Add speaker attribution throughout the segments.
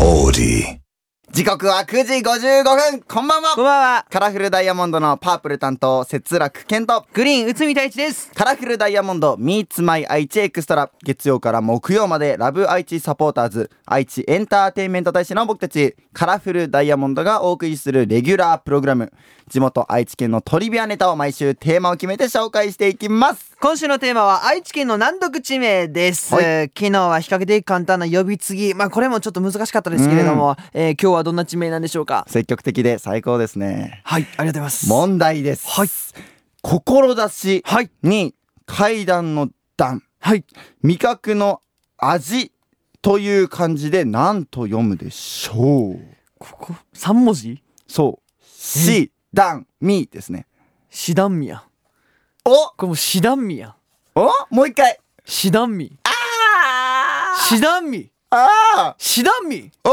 Speaker 1: オーデ
Speaker 2: 時刻は9時55分こんばん
Speaker 3: こ
Speaker 2: は
Speaker 3: んばんは。
Speaker 2: カラフルダイヤモンドのパープル担当節楽健と
Speaker 3: グリーン内海太一です。
Speaker 2: カラフルダイヤモンド Meets My 愛知エクストラ月曜から木曜までラブ愛知サポーターズ愛知エンターテインメント大使の僕たちカラフルダイヤモンドがお送りするレギュラープログラム地元愛知県のトリビアネタを毎週テーマを決めて紹介していきます
Speaker 3: 今週のテーマは愛知県の難読地名です。
Speaker 2: はい
Speaker 3: えー昨日は比較的簡単な呼び継ぎ。まあこれもちょっと難しかったですけれども、えー今日はどんな地名なんでしょうか。
Speaker 2: 積極的で最高ですね
Speaker 3: はい、ありがとうございます。
Speaker 2: 問題です
Speaker 3: はい。
Speaker 2: 志
Speaker 3: はい。
Speaker 2: に階段の段
Speaker 3: はい。
Speaker 2: 味覚の味という漢字で何と読むでしょう
Speaker 3: ここ、三文字
Speaker 2: そうしだんみですね
Speaker 3: シダンミや。
Speaker 2: お
Speaker 3: これもうシダンミや。
Speaker 2: おもう一回
Speaker 3: シダンミ。シダンミ。
Speaker 2: ああ
Speaker 3: シダンミ。
Speaker 2: お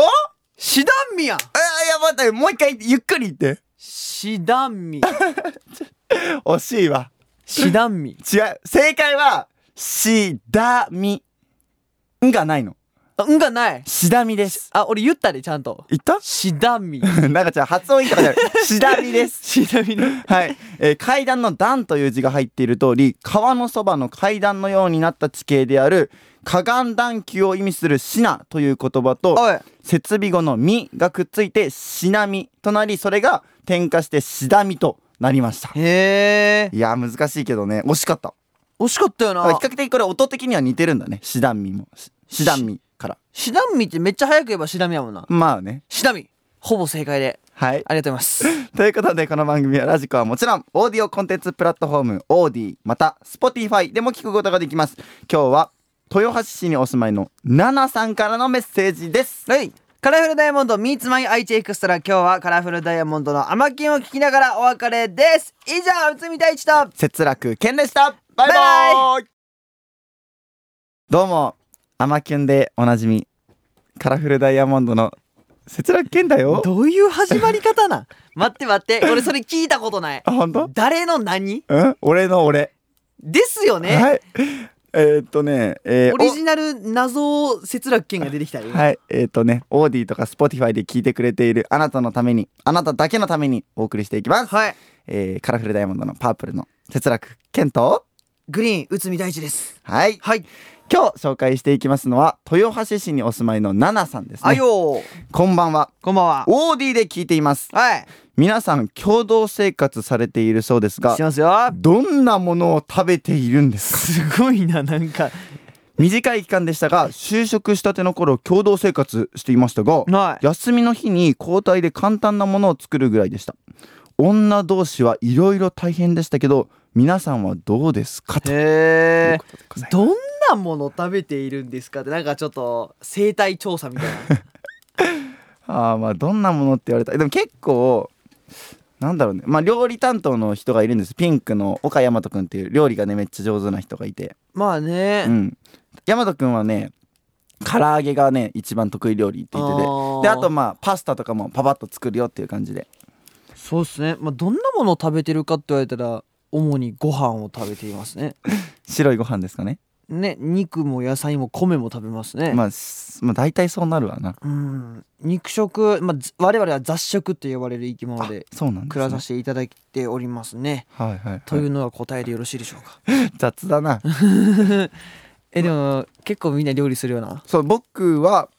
Speaker 3: シダンミや。
Speaker 2: あいや待ってもう一回ゆっくり言って
Speaker 3: シダン ミ。
Speaker 2: 惜しいわ
Speaker 3: シダンミ。
Speaker 2: 違う正解はしだみんがないの
Speaker 3: あ、うんがない。
Speaker 2: しだみです
Speaker 3: あ、俺言ったで、ちゃんと。
Speaker 2: 言った
Speaker 3: シダン ミ。
Speaker 2: なんかじゃ発音いいとかじゃ ないしだみです
Speaker 3: シダミの。
Speaker 2: はい、えー階段の段という字が入っている通り川のそばの階段のようになった地形である河岸段丘を意味する「シナ」という言葉と
Speaker 3: おい。
Speaker 2: 設備語の「み」がくっついて「しなみ」となりそれが転化して「しだみ」となりました
Speaker 3: へえ
Speaker 2: いやー難しいけどね惜しかった
Speaker 3: 惜しかったよ
Speaker 2: だから
Speaker 3: な
Speaker 2: 比較的これ音的には似てるんだね「しだみ」も「しだみ」から
Speaker 3: シダンミってめっちゃ早く言えばシダミやもんな
Speaker 2: まあね
Speaker 3: シダミほぼ正解で
Speaker 2: はい
Speaker 3: ありがとうございます
Speaker 2: ということでこの番組はラジコはもちろんオーディオコンテンツプラットフォームオーディまた Spotify でも聞くことができます今日は豊橋市にお住まいのナナさんからのメッセージです
Speaker 3: はいカラフルダイヤモンド Meets My 愛知エクストラ今日はカラフルダイヤモンドの甘金を聞きながらお別れです以上内海太一と
Speaker 2: 節楽健でしたバイバイ
Speaker 3: バ
Speaker 2: どうもアマキュンでおなじみカラフルダイヤモンドの節楽健だよ
Speaker 3: どういう始まり方なん待って待って俺それ聞いたことない
Speaker 2: あ本当
Speaker 3: 誰の何
Speaker 2: うん俺の俺
Speaker 3: ですよね、
Speaker 2: はいえーっとねえー
Speaker 3: オリジナル謎節楽券が出てきたよ、
Speaker 2: はい、えっ、とね、オーディとか Spotify で聞いてくれているあなたのために、あなただけのためにお送りしていきます。
Speaker 3: はい、
Speaker 2: えーカラフルダイヤモンドのパープルの哲楽健と、
Speaker 3: グリーン内海太一です
Speaker 2: はい、
Speaker 3: はい
Speaker 2: 今日紹介していきますのは、豊橋市にお住まいのナナさんです
Speaker 3: あ
Speaker 2: ね。
Speaker 3: よー
Speaker 2: こんばんは。
Speaker 3: こんばんは
Speaker 2: オーディで聞いています。
Speaker 3: はい
Speaker 2: 皆さん、共同生活されているそうですが
Speaker 3: し、ますよ
Speaker 2: どんなものを食べているんですか
Speaker 3: すごいななんか
Speaker 2: 短い期間でしたが、就職したての頃、共同生活していましたが、
Speaker 3: な
Speaker 2: 休みの日に交代で簡単なものを作るぐらいでした女同士はいろいろ大変でしたけど皆さんはどうですかという
Speaker 3: へえ
Speaker 2: ことでございます
Speaker 3: どんなもの食べているんですかってなんかちょっと生態調査みたい な
Speaker 2: あーまあどんなものって言われたらでも結構なんだろうねまあ料理担当の人がいるんですピンクの岡大和くんっていう料理がねめっちゃ上手な人がいて
Speaker 3: まあね、
Speaker 2: うん大和くんはね唐揚げがね一番得意料理って言っててであとまあパスタとかもパパッと作るよっていう感じで
Speaker 3: そうですね、まあ、どんなものを食べてるかって言われたら主にご飯を食べていますね
Speaker 2: 白いご飯ですかね
Speaker 3: ね肉も野菜も米も食べますね、
Speaker 2: まあすまあ大体そうなるわな
Speaker 3: うん肉食、まあ、ざ我々は雑食と呼ばれる生き物で
Speaker 2: あそうなんです、ね、
Speaker 3: 暮らさせていただいておりますね
Speaker 2: はいはい、はい、
Speaker 3: というのが答えでよろしいでしょうか
Speaker 2: 雑だな
Speaker 3: えでも結構みんな料理するような
Speaker 2: そう僕は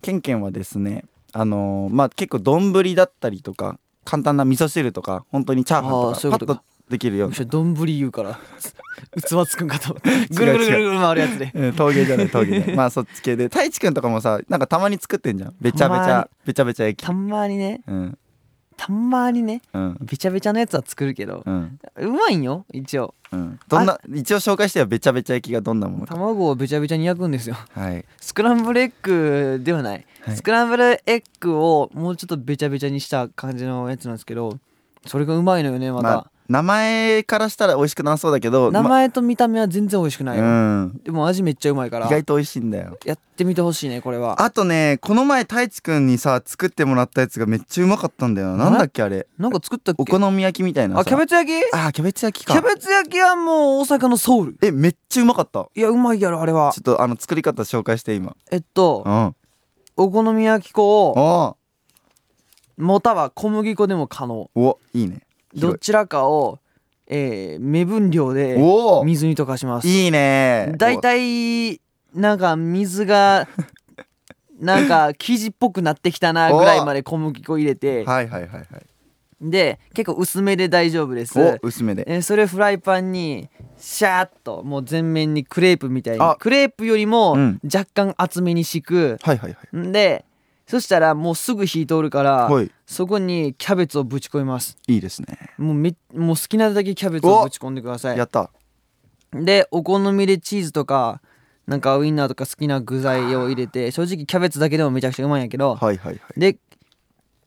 Speaker 2: ケンケンはですねあのーまあ結構丼だったりとか簡単な味噌汁とか本当にチャーハン
Speaker 3: あー
Speaker 2: とか
Speaker 3: そういうこと
Speaker 2: パ
Speaker 3: か
Speaker 2: ッとできるような
Speaker 3: どんぶり言うから 器つくんかと思ってぐるぐるぐるぐる回るやつで
Speaker 2: うん陶芸じゃない陶芸 じゃないまあそっち系で太一くんとかもさなんかたまに作ってんじゃんべちゃべち
Speaker 3: たま
Speaker 2: ゃべちゃべちゃ液
Speaker 3: たんまにね
Speaker 2: うん
Speaker 3: たんまにね
Speaker 2: うん
Speaker 3: べちゃべちゃのやつは作るけど
Speaker 2: うん
Speaker 3: うまいんよ一応
Speaker 2: うんどんな一応紹介してはべちゃべちゃ液がどんなものか
Speaker 3: 卵をべちゃべちゃに焼くんですよ
Speaker 2: はい
Speaker 3: スクランブルエッグではない、
Speaker 2: はい
Speaker 3: スクランブルエッグをもうちょっとべちゃべちゃにした感じのやつなんですけどそれがうまいのよねまた、
Speaker 2: まあ名前からしたら美味しくなさそうだけど
Speaker 3: 名前と見た目は全然美味しくないよ、
Speaker 2: まうん
Speaker 3: でも味めっちゃうまいから
Speaker 2: 意外と美味しいんだよ
Speaker 3: やってみてほしいねこれは
Speaker 2: あとねこの前太一くんにさ作ってもらったやつがめっちゃうまかったんだよななんだっけあれ
Speaker 3: なんか作ったっ
Speaker 2: お
Speaker 3: け
Speaker 2: 好み焼きみたいな
Speaker 3: あキャベ
Speaker 2: ツ
Speaker 3: ツ焼き
Speaker 2: あーキャベツ焼き
Speaker 3: キ
Speaker 2: か
Speaker 3: ャベツ焼きはもう大阪のソウル
Speaker 2: えめっちゃうまかった
Speaker 3: いやうまいやろあれは
Speaker 2: ちょっとあの作り方紹介して今
Speaker 3: えっと
Speaker 2: うん
Speaker 3: おお好み焼き粉を
Speaker 2: お
Speaker 3: もたは小麦粉でも可能
Speaker 2: ーおいいね
Speaker 3: ど
Speaker 2: 広
Speaker 3: ちらかを、えー目分量
Speaker 2: い
Speaker 3: で
Speaker 2: おー
Speaker 3: 水に溶かします
Speaker 2: いいね
Speaker 3: だいたいなんか水 がなんか生地っぽくなってきたなぐらいまで小麦粉入れて
Speaker 2: はいはいはいはい
Speaker 3: で結構薄めで大丈夫です
Speaker 2: お薄めで
Speaker 3: えーそれをフライパンにシャーッともう全面にクレープみたいに
Speaker 2: あ
Speaker 3: クレープよりも
Speaker 2: うん
Speaker 3: 若干厚めに敷く、
Speaker 2: はいはいは
Speaker 3: ん、でそしたらもうすぐ火通るから、
Speaker 2: いはい
Speaker 3: そこにキャベツをぶち込みます
Speaker 2: いいですね
Speaker 3: もうめもう好きなだけキャベツをぶち込んでくださ
Speaker 2: や
Speaker 3: い
Speaker 2: った
Speaker 3: でお好みでチーズとかなんかウインナーとか好きな具材を入れて正直キャベツだけでもめちゃくちゃうまいんやけど、
Speaker 2: はいはいはい
Speaker 3: で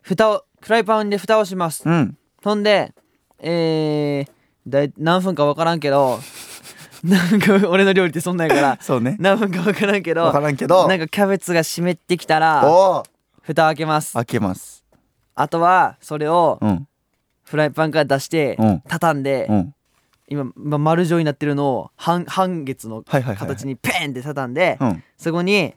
Speaker 3: 蓋をフライパンで蓋をします
Speaker 2: うん
Speaker 3: ほんで、えー、だい何分か分からんけど、 なんか俺の料理ってそんなんやから、
Speaker 2: そうね
Speaker 3: 何分か分からんけど、
Speaker 2: わからんけど
Speaker 3: なんかキャベツが湿ってきたら、
Speaker 2: おー
Speaker 3: 蓋開けます。
Speaker 2: 開けます
Speaker 3: あとは、それを
Speaker 2: うん
Speaker 3: フライパンから出して
Speaker 2: うん、
Speaker 3: 畳んで
Speaker 2: う、ん
Speaker 3: 今、ま丸状になってるのを半、半月の
Speaker 2: はいはいはいはい
Speaker 3: 形にペンって畳んで
Speaker 2: う、ん
Speaker 3: そこに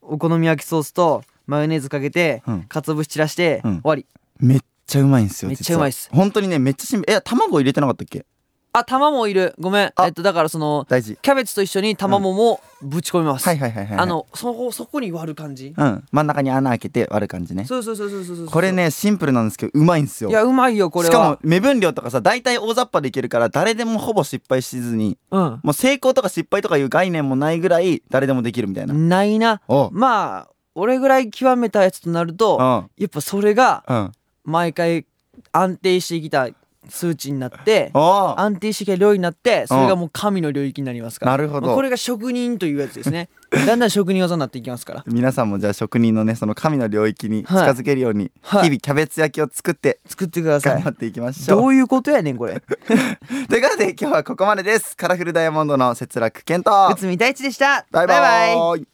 Speaker 3: お好み焼きソースとマヨネーズかけて
Speaker 2: うん、
Speaker 3: 鰹節散らして、
Speaker 2: うん
Speaker 3: 終わり。
Speaker 2: めっちゃうまいんすよ
Speaker 3: めっちゃうまいっす
Speaker 2: 実は本当にねめっちゃシンプルえ卵入れてなかったっけ
Speaker 3: あ、卵もいる。ごめん。
Speaker 2: あ
Speaker 3: えっと、だからその、
Speaker 2: 大事
Speaker 3: キャベツと一緒に卵もぶち込みます。
Speaker 2: はいはいはいはい
Speaker 3: あのそこそこに割る感じ。
Speaker 2: うん真ん中に穴開けて割る感じね
Speaker 3: そうそうそうそうそうそう。
Speaker 2: これ。ねシンプルなんですけどうまいんすよ
Speaker 3: いやうまいよこれ
Speaker 2: し
Speaker 3: は。
Speaker 2: かも目分量とかさ大体大雑把でいけるから誰でもほぼ失敗しずにもう成功とか失敗とかいう概念もないぐらい誰でもできるみたいな
Speaker 3: うん。ないな。
Speaker 2: おう
Speaker 3: まあ俺ぐらい極めたやつとなる
Speaker 2: う
Speaker 3: と、
Speaker 2: ん
Speaker 3: やっぱそれが
Speaker 2: うん
Speaker 3: 毎回安定してきた数値になって。
Speaker 2: おう
Speaker 3: 安定してきた量になってそれがもう神の領域になりますから
Speaker 2: なるほど
Speaker 3: まあこれが職人というやつですね だんだん職人技になってい きますから
Speaker 2: 皆さんもじゃあ職人のねその神の領域に近
Speaker 3: はい
Speaker 2: づけるように日
Speaker 3: はい
Speaker 2: 々キャベツ焼きを作って
Speaker 3: 作ってくださ
Speaker 2: 頑
Speaker 3: い
Speaker 2: 張っていきましょう
Speaker 3: どういうことやねんこ れ
Speaker 2: ということで今日はここまでですカラフルダイヤモンドの節楽健と
Speaker 3: 内海太一でした
Speaker 2: バイバイ
Speaker 3: イ